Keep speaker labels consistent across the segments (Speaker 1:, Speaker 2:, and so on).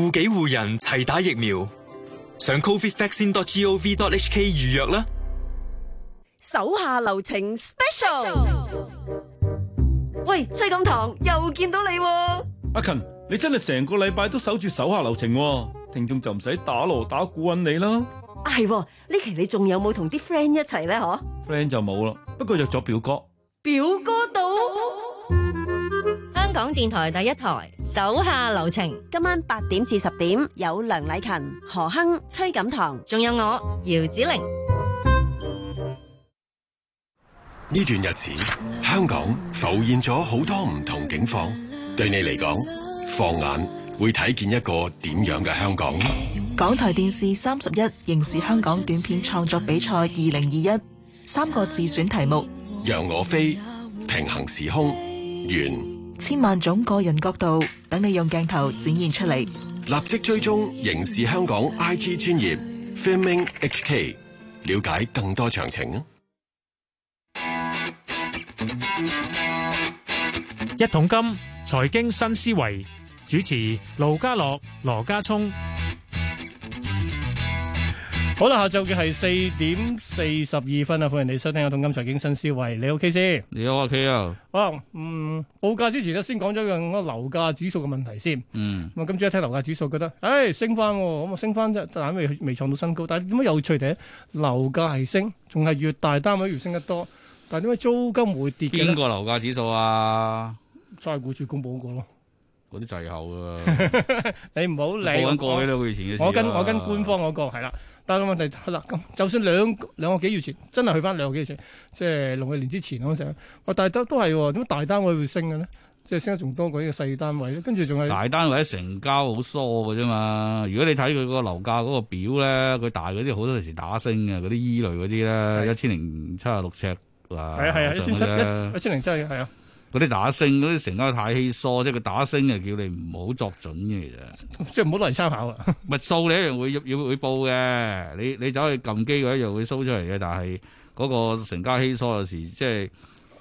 Speaker 1: 護己護人，齊打疫苗。上 covidvaccine.gov.hk 預約啦。
Speaker 2: 手下留情 special。喂，崔錦堂又見到你喎、
Speaker 3: 阿勤，你真係成個禮拜都守住手下留情喎、聽眾就唔使打鑼打鼓揾你啦
Speaker 2: 啊係喎，呢期你仲有冇同啲 friend 一齊呢？嗬，
Speaker 3: ，friend 就冇啦。不過約咗表哥，
Speaker 2: 表哥到，
Speaker 4: 香港電台第一台手下留情，
Speaker 2: 今晚八點至十點有梁禮勤、何亨、崔錦堂。
Speaker 4: 仲有我姚子玲。
Speaker 5: 呢段日子，香港浮現咗好多唔同境況。對你嚟講，放眼會睇見一個點樣嘅香港？
Speaker 6: 港台電視三十一刑事香港短片創作比賽二零二一，三個自選題目：
Speaker 5: 讓我飛，平行時空，完。
Speaker 6: 千萬種個人角度，等你用鏡頭展現出嚟。
Speaker 5: 立即追蹤刑事香港 IG 專頁 Filming HK，了解更多詳情啊！
Speaker 7: 一桶金財經新思維主持盧家樂、羅家聰，
Speaker 8: 好啦，下晝嘅係四點四十二分啊！歡迎你收聽《我動金財經新思維》，你 OK 先？
Speaker 9: 你好啊，K 啊，
Speaker 8: 好啦，嗯，報價之前咧，先講咗一樣嗰個樓價指數嘅問題先。
Speaker 9: 嗯，
Speaker 8: 咁啊，今朝一睇樓價指數，覺得，唉，升翻喎，咁啊，升翻啫，但係未未創到新高。但係點解有趣地，樓價係升，仲係越大單位越升得多，但係點解租金會跌嘅
Speaker 9: 邊
Speaker 8: 咧？
Speaker 9: 個樓價指數啊？
Speaker 8: 差估署公佈嗰個咯，
Speaker 9: 嗰啲滯後啊，
Speaker 8: 你唔好理
Speaker 9: 講緊
Speaker 8: 我
Speaker 9: 過幾兩個月前嘅事啊
Speaker 8: 我跟我跟官方嗰、個係啦，但係問題係啦，咁就算兩兩個幾月前，真係去翻兩個幾月前，即係農曆年之前嗰陣時，我但係都都係喎，點解大單位會升嘅咧？即係升得仲多過呢個細單位咧？跟住仲係
Speaker 9: 大單位成交好疏嘅啫嘛。如果你睇佢個樓價嗰個表咧，佢大嗰啲好多時打升嘅，嗰啲依類嗰啲咧，一千零七十六尺啊，
Speaker 8: 係啊係啊，一
Speaker 9: 上
Speaker 8: 千
Speaker 9: 去咧
Speaker 8: 七一千零七係啊，
Speaker 9: 嗰啲打升嗰啲成交太稀疏，即係佢打升就叫你唔好作準嘅，其實。
Speaker 8: 即係唔好攞嚟參考啊！
Speaker 9: 咪數你一樣會要會報嘅，你你走去撳機嗰一樣會 show 出嚟嘅，但係嗰個成交稀疏有時即係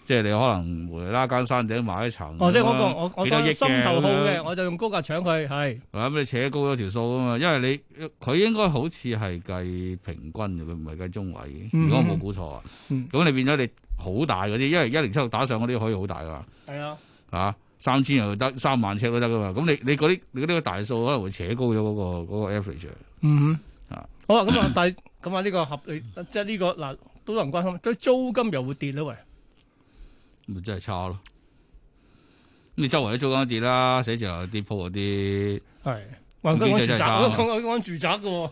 Speaker 9: 即係你可能無啦啦間山頂買一層，
Speaker 8: 哦，即係嗰個我我
Speaker 9: 幾多
Speaker 8: 當
Speaker 9: 億
Speaker 8: 心頭好
Speaker 9: 咁
Speaker 8: 嘅，
Speaker 9: 樣
Speaker 8: 我就用高價搶佢係。
Speaker 9: 啊咁你扯高咗條數啊嘛，因為你佢應該好似係計平均嘅，佢唔係計中位嘅，
Speaker 8: 嗯
Speaker 9: 如果我冇估錯啊，咁、
Speaker 8: 嗯
Speaker 9: 你變咗你好大嗰啲，因為一零七六打上嗰啲可以好大噶。
Speaker 8: 係啊，
Speaker 9: 啊，三千又得，三萬尺都得噶嘛。咁你你嗰啲你嗰啲大數可能會扯高咗嗰、個嗰、個 average
Speaker 8: 嗯哼
Speaker 9: 啊，
Speaker 8: 好啊，咁啊，但係咁啊，呢個合理，即係呢個嗱都能關心，對租金又會跌咧喂。
Speaker 9: 咪真係差咯。咁你周圍都租金跌啦，寫字樓又跌鋪嗰啲
Speaker 8: 係，話緊
Speaker 9: 經
Speaker 8: 講
Speaker 9: 濟
Speaker 8: 住
Speaker 9: 真
Speaker 8: 宅，
Speaker 9: 係差啊
Speaker 8: 我講我講住宅嘅喎。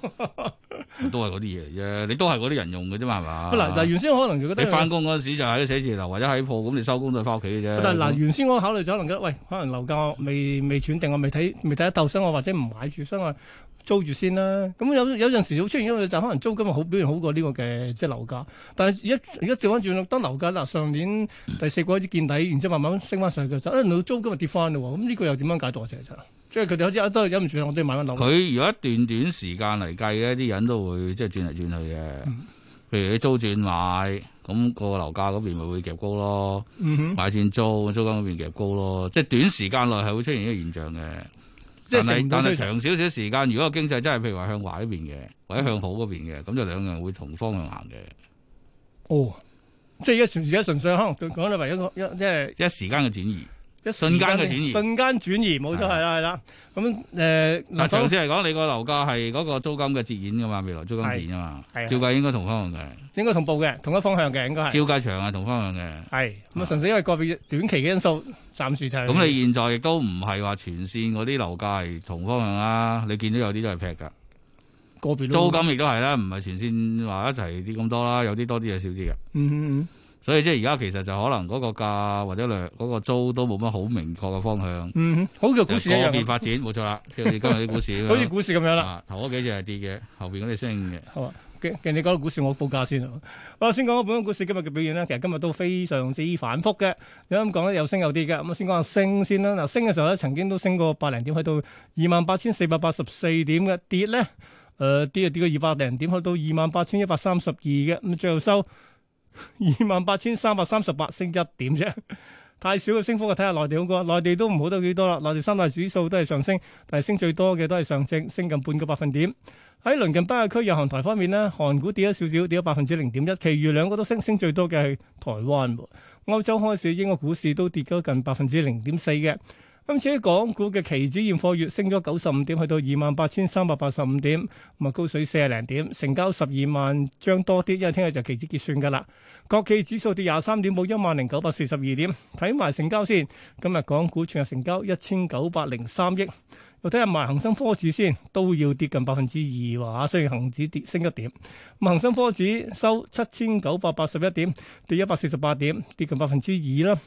Speaker 9: 都係嗰啲嘢啫。你都係嗰啲人用嘅啫嘛，係嘛？
Speaker 8: 嗱嗱，原先可能就覺得
Speaker 9: 啊你翻工嗰陣時就喺寫字樓或者喺鋪，咁你收工都係翻屋企嘅啫。
Speaker 8: 但係嗱，原先我考慮咗，可能覺得喂，可能樓價我未未轉定，我未睇未睇得透，所以我或者唔買住，所以我租住先啦。咁有有陣時會出現一個就可能租金好表現好過呢個嘅即係樓價，但係而家而家調翻轉啦，當樓價嗱上年第四季開始見底，然之後慢慢升翻上去嘅時候，誒、到租金就跌翻嘞喎，咁呢個又點樣解讀啊？其實即係佢哋好似啊都係忍唔住啦，我都要買翻樓。
Speaker 9: 佢如果一段短時間嚟計咧，啲人都會即係轉嚟轉去嘅。
Speaker 8: 嗯
Speaker 9: 譬如你租轉買，咁、個樓價嗰邊咪會夾高咯。
Speaker 8: 嗯哼，
Speaker 9: 買轉租，租金嗰邊夾高咯，即係短時間內係會出現呢個現象嘅。
Speaker 8: 即
Speaker 9: 但
Speaker 8: 係成
Speaker 9: 係
Speaker 8: 唔到
Speaker 9: 但
Speaker 8: 需
Speaker 9: 係
Speaker 8: 求
Speaker 9: 長少少時間，如果個經濟真係譬如話向壞嗰邊嘅，或者向好嗰
Speaker 8: 嗯
Speaker 9: 邊嘅，咁就兩樣會同方向行嘅，
Speaker 8: 哦，即係而家純而家純粹可能佢講你為一個一即係。
Speaker 9: 即係時間嘅轉移。
Speaker 8: 一
Speaker 9: 瞬間嘅轉移啊
Speaker 8: 瞬間轉移冇錯係啦係啦。咁誒，
Speaker 9: 但
Speaker 8: 嗱
Speaker 9: 長線嚟講，你個樓價係嗰個租金嘅折現噶嘛，未來租金折現噶嘛
Speaker 8: 係係，啊
Speaker 9: 照計應該同方向嘅，
Speaker 8: 應該同步嘅，同一方向嘅應該係
Speaker 9: 照計長係同方向嘅。
Speaker 8: 係咁啊，純粹因為個別短期嘅因素，暫時就係
Speaker 9: 咁你現在亦都唔係話全線嗰啲樓價係同方向啦，你見到有啲都係劈㗎，
Speaker 8: 個別
Speaker 9: 租
Speaker 8: 咯
Speaker 9: 金亦都係啦，唔係全線話一齊啲咁多啦，有啲多啲有少啲嘅。
Speaker 8: 嗯嗯
Speaker 9: 所以即係而家其實就可能嗰個價或者量嗰個租都冇乜好明確嘅方向，
Speaker 8: 嗯嗯，好嘅
Speaker 9: 就
Speaker 8: 股市一
Speaker 9: 個別
Speaker 8: 樣，
Speaker 9: 發展冇錯 啦，即係好似今日啲股市咁樣
Speaker 8: 好似股市咁樣啦。
Speaker 9: 啊，頭嗰幾隻係跌嘅，後邊嗰啲升嘅。
Speaker 8: 好啊，既既然你講到股市，我報價先啊。好，先講下本港股市今日嘅表現啦。其實今日都非常之反覆嘅，有咁講咧，有升有跌嘅。咁啊，先講下升先啦。嗱，升嘅時候咧，曾經都升過百零點，去到二萬八千四百八十四點嘅。跌咧，誒、跌啊跌過二百零點，去到二啊萬八千一百三 十二嘅。咁最後收二萬八千三百三十八，升一點啫。太少嘅升幅啊！睇下內地好過，內地都唔好得幾多啦。內地三大指數都係上升，但係升最多嘅都係上證，升近半個百分點。喺鄰近北亞區日韓台方面呢，韓股跌咗少少，跌咗百分之零點一，其餘兩個都升，升最多嘅係台灣喎。歐洲開市，英國股市都跌咗近百分之零點四嘅。咁至於港股嘅期指現貨月升咗九十五點，去到二萬八千三百八十五點，咁啊高水四十零點，成交十二萬張多啲，因為聽日就期指結算㗎啦。國企指數跌廿三點，報一萬零九百四十二點。睇埋成交先，今日港股全日成交一千九百零三億。又睇下埋恒生科指先，都要跌近百分之二喎，啊雖然恒指跌升一點。咁恒生科指收七千九百八十一點，跌一百四十八點，跌近百分之二啦。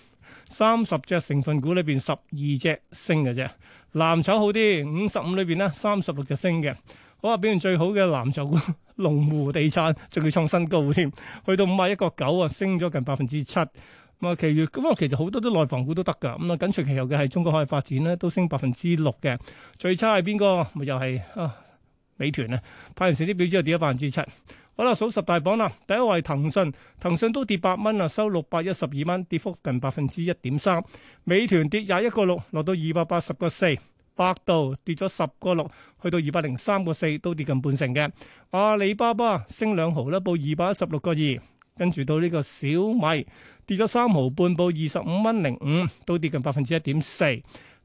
Speaker 8: 三十隻成分股裏邊，十二隻升嘅啫。藍籌好啲，五十五裏邊呢，三十六隻升嘅。好啊，表現最好嘅藍籌股， 龍湖地產仲要創新高添，去到五十一個九啊，升咗近百分之七。咁啊，其餘咁啊，其實好多都內房股都得㗎。咁啊，緊隨其後嘅係中國海發展咧，都升百分之六嘅。最差係邊個？咪又係啊，美團啊，派完成績表之後跌咗百分之七。好啦，數十大榜啦，第一位騰訊，騰訊都跌八蚊啊，收六百一十二蚊，跌幅近百分之一點三。美團跌廿一個六，落到二百八十個四。百度跌咗十個六，去到二百零三個四，都跌近半成嘅。阿里巴巴升兩毫啦，報二百一十六個二。跟住到呢個小米跌咗三毫半，報二十五蚊零五，都跌近百分之一點四。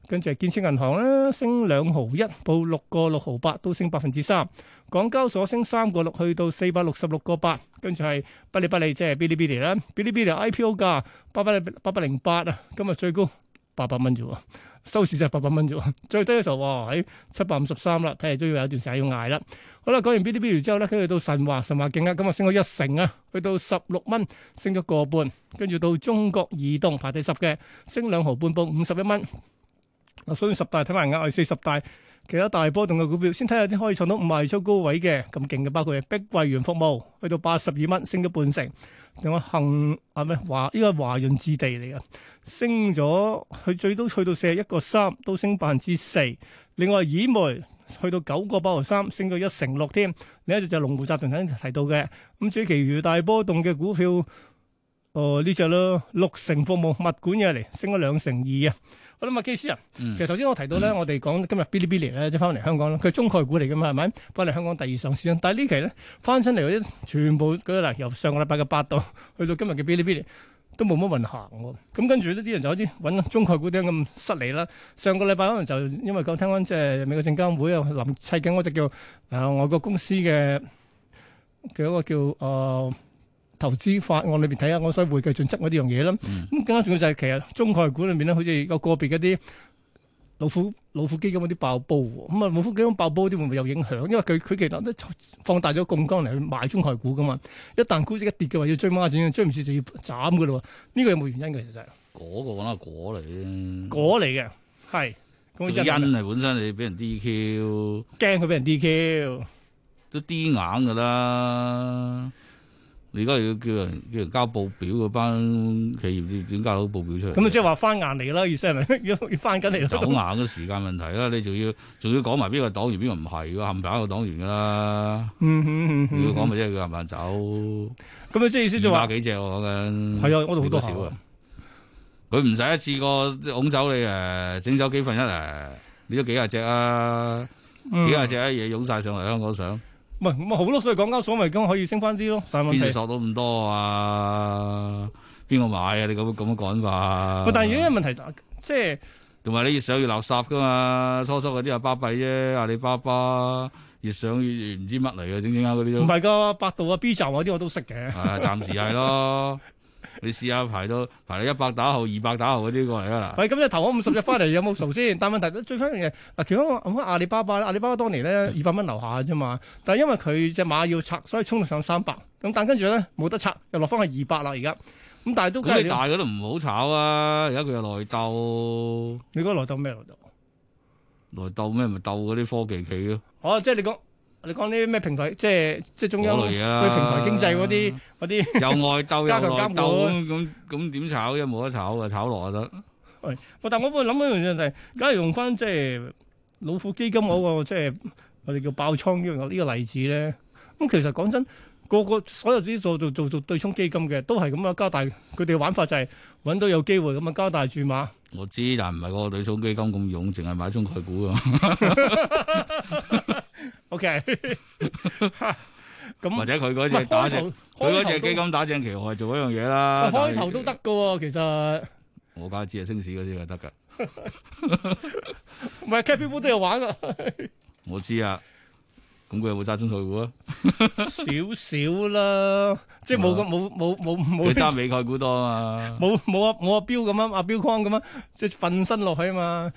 Speaker 8: 跟住係建設銀行啦，升兩毫一，報六個六毫八，都升百分之三。港交所升三個六，去到四百六十六個八。跟住係不理不理，即係 Bilibili 啦，Bilibili IPO 價八百八百零八啊，今日最高八百蚊啫喎，收市就係八百蚊啫喎。最低嘅時候哇喺七百五十三啦，睇嚟都要有一段時間要捱啦。好啦，講完 Bilibili 之後咧，跟住到神華，神華勁啊，今日升咗一成啊，去到十六蚊，升咗個半。跟住到中國移動排第十嘅，升兩毫半，報五十一蚊。嗱，所以十大睇埋額外四十大，其他大波動嘅股票，先睇下啲可以創到五十周高位嘅咁勁嘅，包括係碧桂園服務去到八十二蚊，升咗半成。另外恒啊咩華呢個係華潤置地嚟嘅，升咗佢最都去到四十一個三，都升百分之四。另外以煤去到九個八毫三，升咗一成六添。另一隻就係龍湖集團頭先提到嘅，咁至於其餘大波動嘅股票，哦呢隻咯，綠城服務物管嘢嚟，升咗兩成二啊。好啦，麥基斯啊。其實頭先我提到咧，我哋講今日 Bilibili 咧，即係翻嚟香港啦，佢係中概股嚟噶嘛，係咪？翻嚟香港第二上市啦。但係呢期咧翻身嚟嗰啲，全部嗰嗱由上個禮拜嘅百度去到今日嘅 Bilibili 都冇乜運行喎。咁跟住呢啲人就有啲揾中概股點解咁失利啦？上個禮拜可能就因為講聽講即係美國證監會啊，臨砌緊嗰隻叫誒、呃外國公司嘅嘅嗰個叫誒。呃投資法案裏邊睇下，我所以會計準則嗰啲樣嘢啦。咁、更加重要就係其實中概股裏面咧，好似有個別嗰啲老虎老虎基金嗰啲爆煲喎。咁啊，老虎基金爆煲啲會唔會有影響？因為佢佢其實都放大咗槓桿嚟去買中概股噶嘛。一旦估值一跌嘅話，要追孖展，追唔切就要斬噶啦喎。呢個有冇原因嘅？其實就係
Speaker 9: 嗰個講啦，果嚟啫。
Speaker 8: 果嚟嘅，係咁
Speaker 9: 個因
Speaker 8: 因啊
Speaker 9: 係本身你俾人 DQ
Speaker 8: 驚佢俾人 DQ，
Speaker 9: 都 D 硬噶啦。你而家要叫人叫人交報表嗰班企業，你點交到報表出嚟？
Speaker 8: 咁啊即係話翻硬嚟啦，意思係咪 要要翻緊嚟
Speaker 9: 走啊
Speaker 8: 啦？
Speaker 9: 硬嘅時間問題啦，你仲要仲要講埋邊個黨員邊個唔係㗎，冚唪唥個黨員㗎啦。
Speaker 8: 嗯嗯嗯
Speaker 9: 如
Speaker 8: 嗯
Speaker 9: 果講咪即係佢冚唪唥走，
Speaker 8: 咁啊，即係意思就
Speaker 9: 二
Speaker 8: 話
Speaker 9: 百幾隻我講緊。
Speaker 8: 係啊，我度好多
Speaker 9: 少
Speaker 8: 口
Speaker 9: 啊。佢唔使一次過拱走你誒，整走幾分一誒，你都幾廿隻啊，幾
Speaker 8: 嗯
Speaker 9: 廿隻嘢湧晒上嚟香港上，
Speaker 8: 唔係咁啊咪好咯，所以港交所咪咁可以升翻啲咯。但係問
Speaker 9: 邊度
Speaker 8: 題，
Speaker 9: 索到咁多啊？邊個買啊？你咁咁樣講法
Speaker 8: 喂，但係而家嘅問題就係即係
Speaker 9: 同埋你越上越垃圾噶嘛，初初嗰啲係巴閉啫，阿里巴巴越上越越唔知乜嚟嘅，整整下嗰啲
Speaker 8: 唔
Speaker 9: 都，
Speaker 8: 係㗎？百度啊、B 站嗰啲我都識嘅。
Speaker 9: 啊暫時係咯，你試下排到排到一百打後、二百打後嗰啲過嚟啊嗱，
Speaker 8: 喂，咁你投咗五十隻翻嚟有冇數先？但係問題最緊要嘢嗱，其中講阿里巴巴咧，阿里巴巴當年咧
Speaker 9: 嗯
Speaker 8: 二百蚊樓下啫嘛，但係因為佢只馬要拆，所以衝到上三百。咁但跟住咧冇得拆，又落翻去二百啦而家。咁但係都梗
Speaker 9: 咁你
Speaker 8: 係
Speaker 9: 大嗰都唔好炒啊，而家佢又內鬥，
Speaker 8: 你嗰個來到咩來到？
Speaker 9: 內鬥咩咪鬥嗰啲科技企咯，
Speaker 8: 哦，即係你講你講啲咩平台，即係即係中央
Speaker 9: 嗰
Speaker 8: 對
Speaker 9: 類啊
Speaker 8: 平台經濟嗰啲嗰啲。
Speaker 9: 又外鬥
Speaker 8: 加
Speaker 9: 又
Speaker 8: 強
Speaker 9: 內鬥
Speaker 8: 監管
Speaker 9: 咁咁咁點炒啫？冇得炒啊，炒落就得。
Speaker 8: 喂，但我會諗一樣嘢就係，假如用翻即係老虎基金嗰、個即係我哋叫爆倉呢樣呢個例子咧，咁其實講真，個個所有啲做做做做對沖基金嘅都係咁啊，加大佢哋嘅玩法就係、揾到有機會咁啊，加大注 碼。
Speaker 9: 我知，但唔係個對沖基金咁勇，淨係買中概股啊，
Speaker 8: O K，
Speaker 9: 或
Speaker 8: 咁
Speaker 9: 者佢嗰
Speaker 8: 唔
Speaker 9: 只
Speaker 8: 係
Speaker 9: 打
Speaker 8: 開
Speaker 9: 正，
Speaker 8: 頭，
Speaker 9: 佢
Speaker 8: 開
Speaker 9: 嗰只
Speaker 8: 頭
Speaker 9: 基
Speaker 8: 都哦
Speaker 9: 金打正旗號係做一樣嘢啦。但
Speaker 8: 開
Speaker 9: 係
Speaker 8: 頭都得嘅喎，其實
Speaker 9: 我梗係知係升市嗰啲就得㗎，
Speaker 8: 唔係 Cathy Wood 都有玩啊，
Speaker 9: 我知啊。咁佢有冇揸中概股啊？
Speaker 8: 少少啦，即係冇咁冇冇冇冇
Speaker 9: 佢揸美概股多啊嘛。
Speaker 8: 冇冇阿冇阿彪咁樣，阿彪框咁樣，啊即係瞓身落去啊嘛。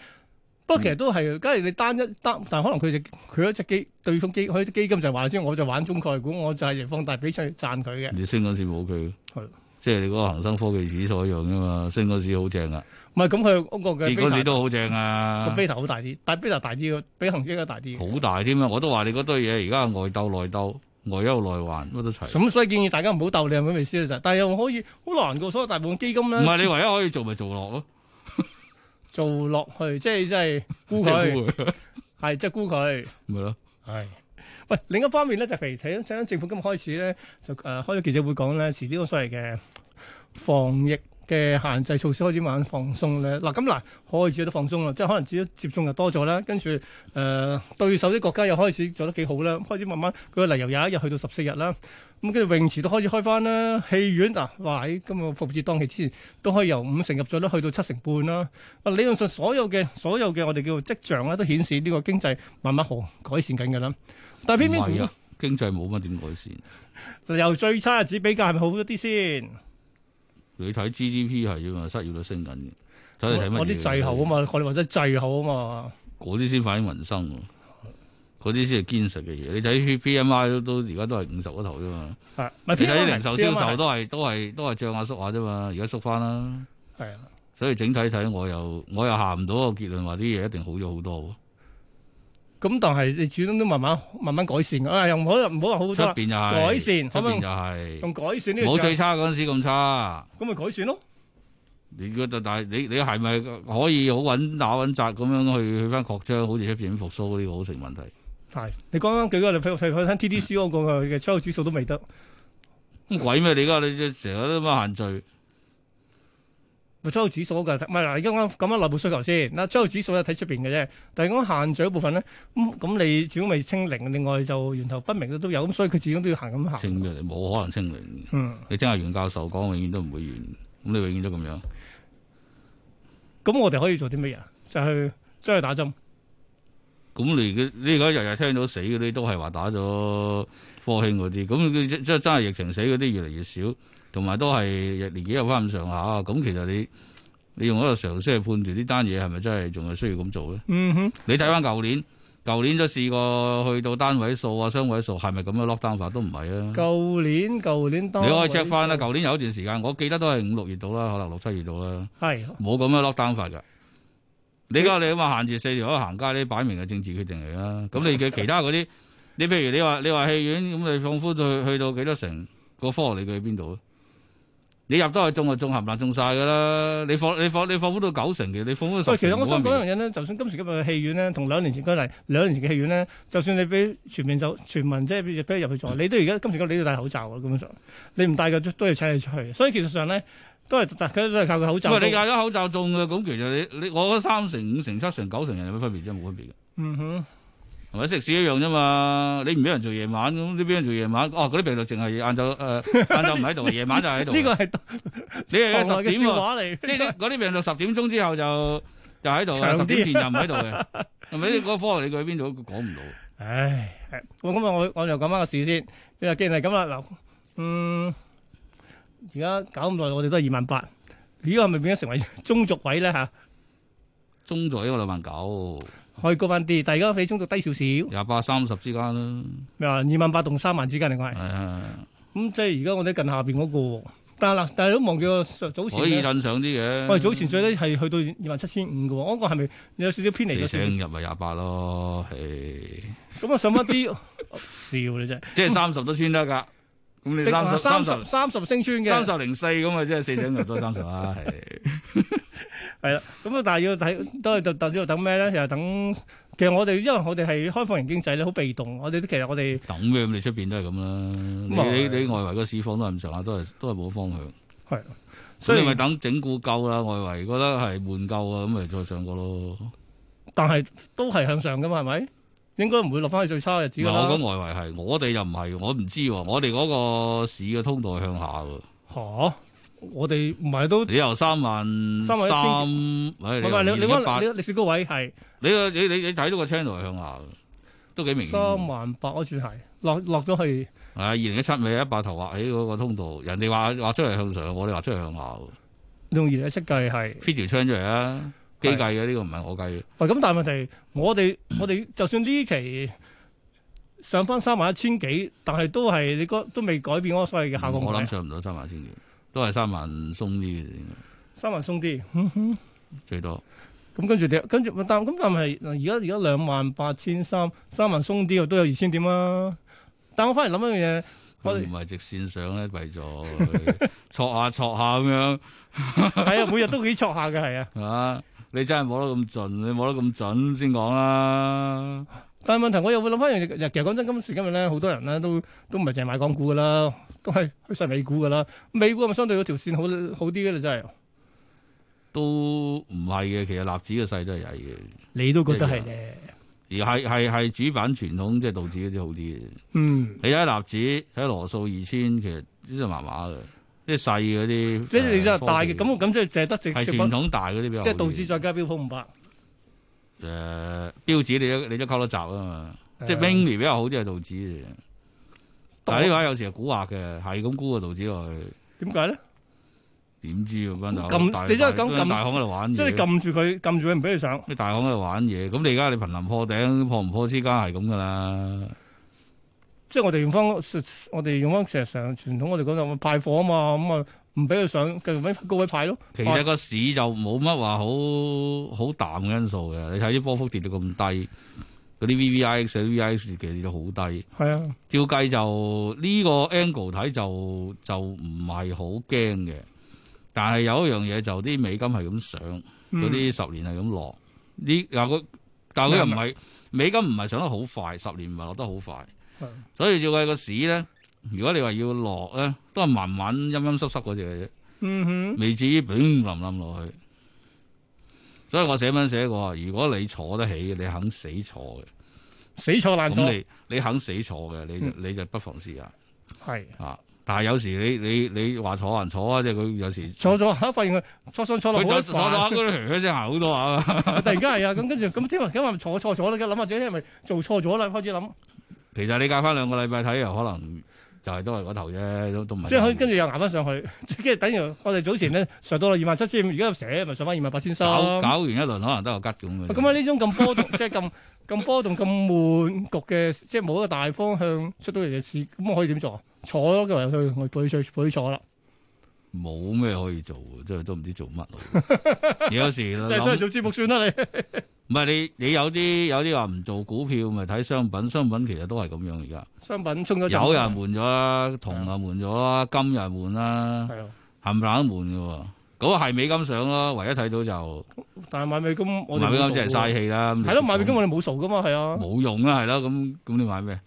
Speaker 8: 不過其實
Speaker 9: 嗯
Speaker 8: 都係，假如你單一單，但可能佢就佢一隻基對沖基，佢啲基金就係話先，我就玩中概股，我就係放大比出去賺佢嘅。
Speaker 9: 你升嗰時冇佢
Speaker 8: 係，
Speaker 9: 即係你嗰個恒生科技指數一樣㗎嘛。升嗰時好正啊，
Speaker 8: 唔係咁，佢嗰個嘅
Speaker 9: 跌嗰時
Speaker 8: beta
Speaker 9: 都好正
Speaker 8: 個
Speaker 9: 啊，
Speaker 8: beta 好大啲，但係 beta 大啲嘅，比恒指應該大啲嘅。
Speaker 9: 好大添啊！我都話你嗰堆嘢而家係外鬥內鬥，外憂內患乜都齊。
Speaker 8: 咁所以建議大家唔好鬥你係咪意思咧？就但係又可以好難過，所有大部分基金
Speaker 9: 唔
Speaker 8: 咧
Speaker 9: 係你唯一可以做咪做落咯，
Speaker 8: 做落去，即係即係沽
Speaker 9: 即係
Speaker 8: 佢，
Speaker 9: 沽佢
Speaker 8: 係即係沽佢。
Speaker 9: 咪咯。
Speaker 8: 係。喂，另一方面咧，就譬如睇睇緊政府今日開始咧，就誒、呃、開咗記者會講咧，遲啲嗰個所謂嘅防疫嘅限制措施開始慢慢放鬆咧。嗱，咁嗱開始都放鬆啦，即係可能自己接種又多咗啦，跟住誒對手啲國家又開始做得幾好啦，開始慢慢佢個例由廿一日去到十四日啦。咁跟住泳池都開始開翻啦，戲院嗱，哇喺今日復活節檔期之前都可以由五成入座率去到七成半啦。啊，理論上所有嘅所有嘅我哋叫做跡象咧，都顯示呢個經濟慢慢好改善緊㗎啦。但係偏
Speaker 9: 唔係
Speaker 8: 偏
Speaker 9: 啊，經濟冇乜點改善。
Speaker 8: 由最差日子比較係咪好咗啲先？
Speaker 9: 你睇 GDP 係啫嘛，失業率升緊嘅。睇你睇乜嘢
Speaker 8: 我啲滯後啊嘛，我哋或者滯後啊嘛。
Speaker 9: 嗰啲先反映民生喎，嗰啲先係堅實嘅嘢。你睇 PMI 都都而家都係五十嗰頭啫嘛。
Speaker 8: 係，
Speaker 9: 你
Speaker 8: 咪
Speaker 9: 睇零售銷售都係都係都係漲下縮下啫嘛，而家縮翻啦。
Speaker 8: 係啊，
Speaker 9: 所以整體睇我又我又下唔到個結論話啲嘢一定好咗好多
Speaker 8: 咁但係你始終都慢慢慢慢改善㗎啊，又唔好唔好話好
Speaker 9: 喎。出
Speaker 8: 多啦，
Speaker 9: 邊又係
Speaker 8: 改善可
Speaker 9: 出
Speaker 8: 唔可以
Speaker 9: 邊又
Speaker 8: 用改善呢
Speaker 9: 係
Speaker 8: 個
Speaker 9: 冇最
Speaker 8: 字
Speaker 9: 差嗰陣時咁差。
Speaker 8: 咁咪改善咯。
Speaker 9: 你覺得但係你你係咪可以好穩打穩扎咁樣去去翻擴張，好似出邊復甦呢個好成問題？
Speaker 8: 係，你剛剛舉個例，譬如譬如睇 TDC 嗰個嘅出口指數都未得，
Speaker 9: 咁鬼咩？你而家你成日都乜限聚？
Speaker 8: 咪出口指數嗰個係睇唔係嗱，而家講講緊內部需求先。嗱，出口指數咧睇出邊嘅啫，但係講限聚嗰部分咧，咁咁你始終未清零，另外就源頭不明都都有，咁所以佢始終都要行咁行。
Speaker 9: 清嘅冇可能清零。
Speaker 8: 嗯，
Speaker 9: 你聽下袁教授講，永遠都唔會完。咁你永遠都咁樣。
Speaker 8: 咁我哋可以做啲乜嘢啊？就去即係打針，
Speaker 9: 咁你而家你而家日日聽到死嗰啲都係話打咗科興嗰啲，咁佢即即真係疫情死嗰啲越嚟越少，同埋都係年紀有翻咁上下。咁其實你你用一個常識去判斷呢單嘢係咪真係仲係需要咁做咧？
Speaker 8: 嗯哼，
Speaker 9: 你睇翻舊年，舊年都試過去到單位數啊、雙位數，係咪咁樣 lock down 法都唔係啊？
Speaker 8: 舊年舊年當
Speaker 9: 你可以 check 翻啦，舊年有一段時間，我記得都係五六月度啦，可能六七月度啦，
Speaker 8: 係
Speaker 9: 冇咁樣 lock down 法㗎。你而家你咁話限住四條友行街，呢擺明係政治決定嚟啦。咁你嘅 其他嗰啲，你譬如你話你話戲院咁，你放寬到去去到幾多成個科學你去邊度啊？你入得去中就中，冚唪唥中晒㗎啦。你放你放你放寬到九成嘅，你放寬到
Speaker 8: 喂，
Speaker 9: 十
Speaker 8: 其
Speaker 9: 成
Speaker 8: 實我
Speaker 9: 冇
Speaker 8: 想
Speaker 9: 分
Speaker 8: 講
Speaker 9: 別
Speaker 8: 一樣嘢咧，就算今時今日嘅戲院咧，同兩年前舉例，兩年前嘅戲院咧，就算你俾全面就全民即係俾入去做，你都而家今時今日你都要戴口罩嘅，啊根本上你唔戴嘅都都要請你出去，所以技術上咧都係大家都係靠個口罩。
Speaker 9: 唔係你戴咗口罩中嘅，咁其實你你我覺得三成、五成、七成、九成人有乜分別啫？冇分別嘅，
Speaker 8: 嗯哼，
Speaker 9: 係咪食肆一樣啫嘛？你唔俾人做夜晚，咁你俾人做夜晚，哦嗰啲病毒淨係晏晝 誒晏晝唔喺度，夜晚就喺度。啊
Speaker 8: 呢個係
Speaker 9: 你係
Speaker 8: 行
Speaker 9: 十
Speaker 8: 內嘅
Speaker 9: 點
Speaker 8: 笑
Speaker 9: 喎，
Speaker 8: 話嚟。
Speaker 9: 即係啲嗰啲病毒十點鐘之後就就喺度啊，十
Speaker 8: 長啲
Speaker 9: 點前就唔喺度嘅，係咪？嗰個科學理據喺邊度？佢講唔到。
Speaker 8: 唉，係我咁啊，我我就講翻個市先。你話既然係咁啦，嗱，嗯，而家搞咁耐，我哋都係二萬八，而家係咪變咗成為 中軸位咧嚇？
Speaker 9: 中咗一個兩萬九，
Speaker 8: 可以高翻啲，但係而家比中軸低少少，
Speaker 9: 廿八三十之間啦，
Speaker 8: 咩話二萬八同三萬之間，另外係
Speaker 9: 係。啊，
Speaker 8: 咁即係而家我哋近下邊嗰個喎，但係嗱，但係都忘記個早前
Speaker 9: 可以
Speaker 8: 咧，
Speaker 9: 褪上啲嘅。
Speaker 8: 我哋早前最低係去到二萬七千五嘅喎，嗰個係咪有少少偏離咗
Speaker 9: 四
Speaker 8: 少
Speaker 9: 捨
Speaker 8: 少？
Speaker 9: 五入咪廿八咯，係。
Speaker 8: 咁啊上翻啲， 笑你真係
Speaker 9: 即係三十都穿得㗎。咁你三十啊
Speaker 8: 三
Speaker 9: 三十
Speaker 8: 十三十升穿嘅，
Speaker 9: 三十零四咁啊，即係四整入都三十啦， 係
Speaker 8: 係啦，咁啊，但係要睇都係等等要等咩咧？又係等其實我哋因為我哋係開放型經濟咧，好被動，我哋都其實我哋
Speaker 9: 等嘅咁，你出邊都係咁啦。你
Speaker 8: 咁啊
Speaker 9: 你你外圍個市況都係咁上下，都係都係冇方向。所
Speaker 8: 所
Speaker 9: 以
Speaker 8: 以
Speaker 9: 咪等整固夠啦，外圍覺得係悶夠啊，咁咪再上過咯。
Speaker 8: 但係都係向上噶嘛，係咪？應該唔會落翻去最差嘅日子
Speaker 9: 唔係
Speaker 8: 㗎
Speaker 9: 我講
Speaker 8: 啦。
Speaker 9: 外圍係，我哋又唔係，我唔知喎。我哋嗰個市嘅通道係向下喎，
Speaker 8: 嚇！我哋唔係都，
Speaker 9: 你由三萬
Speaker 8: 三萬一千
Speaker 9: 三，唉
Speaker 8: 唔係你
Speaker 9: 你
Speaker 8: 你
Speaker 9: 由
Speaker 8: 嗰
Speaker 9: 二
Speaker 8: 你
Speaker 9: 零
Speaker 8: 嗰
Speaker 9: 一
Speaker 8: 歷史高位係
Speaker 9: 八你個你你你睇到個 channel 係向下嘅，都幾明顯。
Speaker 8: 三萬八，我算係落落咗去。
Speaker 9: 係啊二零一七尾一百頭畫起嗰個通道，人哋話畫出嚟向上，我哋畫出嚟向下喎。
Speaker 8: 用二零一七計係。
Speaker 9: fit 條 channel 出嚟啊，機計嘅呢個唔係我計嘅。
Speaker 8: 喂，咁但係問題，我 哋我哋就算呢期上翻三萬一千幾，但係都係你嗰都未改變嗰個所謂嘅效果
Speaker 9: 嗯我
Speaker 8: 模
Speaker 9: 諗
Speaker 8: 式，
Speaker 9: 上唔到三萬先嘅，都係三萬鬆啲嘅應該
Speaker 8: 三萬鬆啲。
Speaker 9: 最多。
Speaker 8: 咁跟住你，跟住但咁但係嗱而家而家兩萬八千三，三萬鬆啲都有二千點啦。但我翻嚟諗一 樣嘢，
Speaker 9: 佢
Speaker 8: 我哋
Speaker 9: 唔係直線上咧，為 咗挫下挫下咁樣。
Speaker 8: 係啊，每日都幾錯下嘅，係啊。
Speaker 9: 啊！你真係摸得咁盡，你摸得咁準先講啦。
Speaker 8: 但係問題我又會諗翻一樣嘢，其實講真，今時今日咧，好多人咧都都唔係淨係買港股噶啦，都係去晒美股噶啦。美股係咪相對嗰條線好好啲嘅咧？真係，
Speaker 9: 都唔係嘅，其實納指嘅勢都係曳嘅，
Speaker 8: 你都覺得係咧？
Speaker 9: 而係係係主板傳統即係道指嗰啲好啲嘅。
Speaker 8: 嗯。
Speaker 9: 你睇納指，睇羅素二千，其實呢度麻麻嘅，啲細嗰啲。
Speaker 8: 即係你就係
Speaker 9: 誒
Speaker 8: 大嘅，咁我咁即係淨係得直
Speaker 9: 係
Speaker 8: 直
Speaker 9: 傳統大嗰啲比較好啲。
Speaker 8: 即係導致再加標普五百，
Speaker 9: 誒、標指你都你都溝得雜啊嘛，即係
Speaker 8: 誒
Speaker 9: mini 比較好啲係道指嘅。但係呢個有時係蠱惑嘅，係咁估個道指落去。
Speaker 8: 點解咧？
Speaker 9: 點知啊？班大
Speaker 8: 撳
Speaker 9: 大
Speaker 8: 你真係
Speaker 9: 大
Speaker 8: 咁
Speaker 9: 班
Speaker 8: 撳
Speaker 9: 大行喺度玩嘢，
Speaker 8: 即係你撳住佢，撳住佢唔俾佢上。
Speaker 9: 啲大行喺度玩嘢。咁你而家你頻臨破頂，破唔破之間係咁噶啦。
Speaker 8: 即係我哋用翻，我哋用翻其實上傳統，我哋講就派貨啊嘛，咁啊唔俾佢上，繼續揾高位派咯。
Speaker 9: 其實個市就冇乜話好好淡嘅因素嘅。你睇啲波幅跌到咁低，嗰啲 VVIX、VVIX 其實跌到好低。
Speaker 8: 係啊，
Speaker 9: 照計就呢、個 angle 睇就就唔係好驚嘅。但係有一樣嘢就啲美金係咁上，
Speaker 8: 嗯啊
Speaker 9: 嗰啲十年係咁落。呢嗱佢，但係佢又唔係美金唔係上得好快，十年唔係落得好快。
Speaker 8: 係
Speaker 9: 所以照計個市咧，如果你話要落咧，都係慢慢陰陰濕濕嗰只嘅啫，
Speaker 8: 嗯哼，
Speaker 9: 未至於砰冧冧落去。所以我寫文寫過，如果你坐得起嘅，你肯死坐嘅，
Speaker 8: 死錯爛
Speaker 9: 咁
Speaker 8: 錯，
Speaker 9: 你你肯死坐嘅，你就
Speaker 8: 嗯
Speaker 9: 你就不妨試下
Speaker 8: 係
Speaker 9: 啊。但係有時你你你話坐還坐啊，即係佢有時
Speaker 8: 坐咗下，發現佢坐上坐落
Speaker 9: 佢
Speaker 8: 好
Speaker 9: 坐坐坐下
Speaker 8: 煩，
Speaker 9: 嗰啲噓噓聲行好多下啊。
Speaker 8: 突然間係啊，咁跟住咁點啊？咁咪坐錯咗啦，諗下自己係咪做錯咗啦？開始
Speaker 9: 啊
Speaker 8: 諗，
Speaker 9: 其實你隔翻兩個禮拜睇，又可能就係都係嗰頭啫，都都唔係。
Speaker 8: 即係可以跟住又捱翻上去， 跟住等於我哋早前咧上到啦二萬七千，而家又寫咪上翻二萬八千三。
Speaker 9: 搞搞完一輪，可能都有吉咁嘅。
Speaker 8: 咁啊喺呢種咁波動，即係咁咁波動、咁悶局嘅，即係冇一個大方向出到嚟嘅事，咁我 可以點做啊？坐咯，今日去我背水背坐啦，
Speaker 9: 冇咩可以做，真係都唔知做乜好。 你有時
Speaker 8: 即係所以
Speaker 9: 諗，
Speaker 8: 做節目算啦你。
Speaker 9: 唔係你你有啲有啲話唔做股票，咪睇商品。商品其實都係咁樣而家，
Speaker 8: 商品衝咗陣
Speaker 9: 有人悶咗啦，銅又悶咗啦，金又悶啦，
Speaker 8: 係啊，
Speaker 9: 冚唪唥都悶嘅喎。嗰個係美金上咯，唯一睇到就
Speaker 8: 但係買美金我哋
Speaker 9: 買美金真係嘥
Speaker 8: 嘥。
Speaker 9: 氣啦。
Speaker 8: 係咯，買美金我哋冇傻噶嘛，係啊，
Speaker 9: 冇用啦，係啦，咁咁你買咩？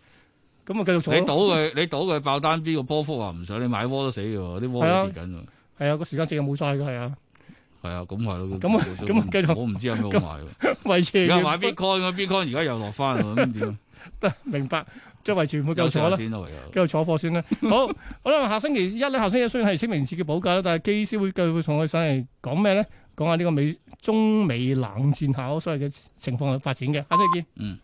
Speaker 8: 咁啊繼續
Speaker 9: 你
Speaker 8: 坐
Speaker 9: 賭
Speaker 8: 咯。
Speaker 9: 佢，你賭佢爆單邊個波幅啊？唔想你買窩都死嘅喎，啲
Speaker 8: 係
Speaker 9: 窩都
Speaker 8: 啊
Speaker 9: 跌緊喎。
Speaker 8: 係啊，個時間值又冇晒㗎，係啊，
Speaker 9: 係啊，咁係咯。
Speaker 8: 咁啊
Speaker 9: 我
Speaker 8: 咁啊繼續
Speaker 9: 我唔知有咩 好買喎。
Speaker 8: 維持
Speaker 9: 而家買 Bitcoin 啊，Bitcoin 而家又落翻喎，咁點啊？
Speaker 8: 明白，即係維持唔會
Speaker 9: 有
Speaker 8: 夠坐啦。
Speaker 9: 先咯，唯有。
Speaker 8: 繼續坐貨先啦。好， 好啦，下星期一咧，下星期一雖然係清明節嘅補假啦，但係機師會繼續同我哋上嚟講咩咧？講下呢個美中美冷戰下所謂嘅情況嘅發展嘅。下星期見。
Speaker 9: 嗯。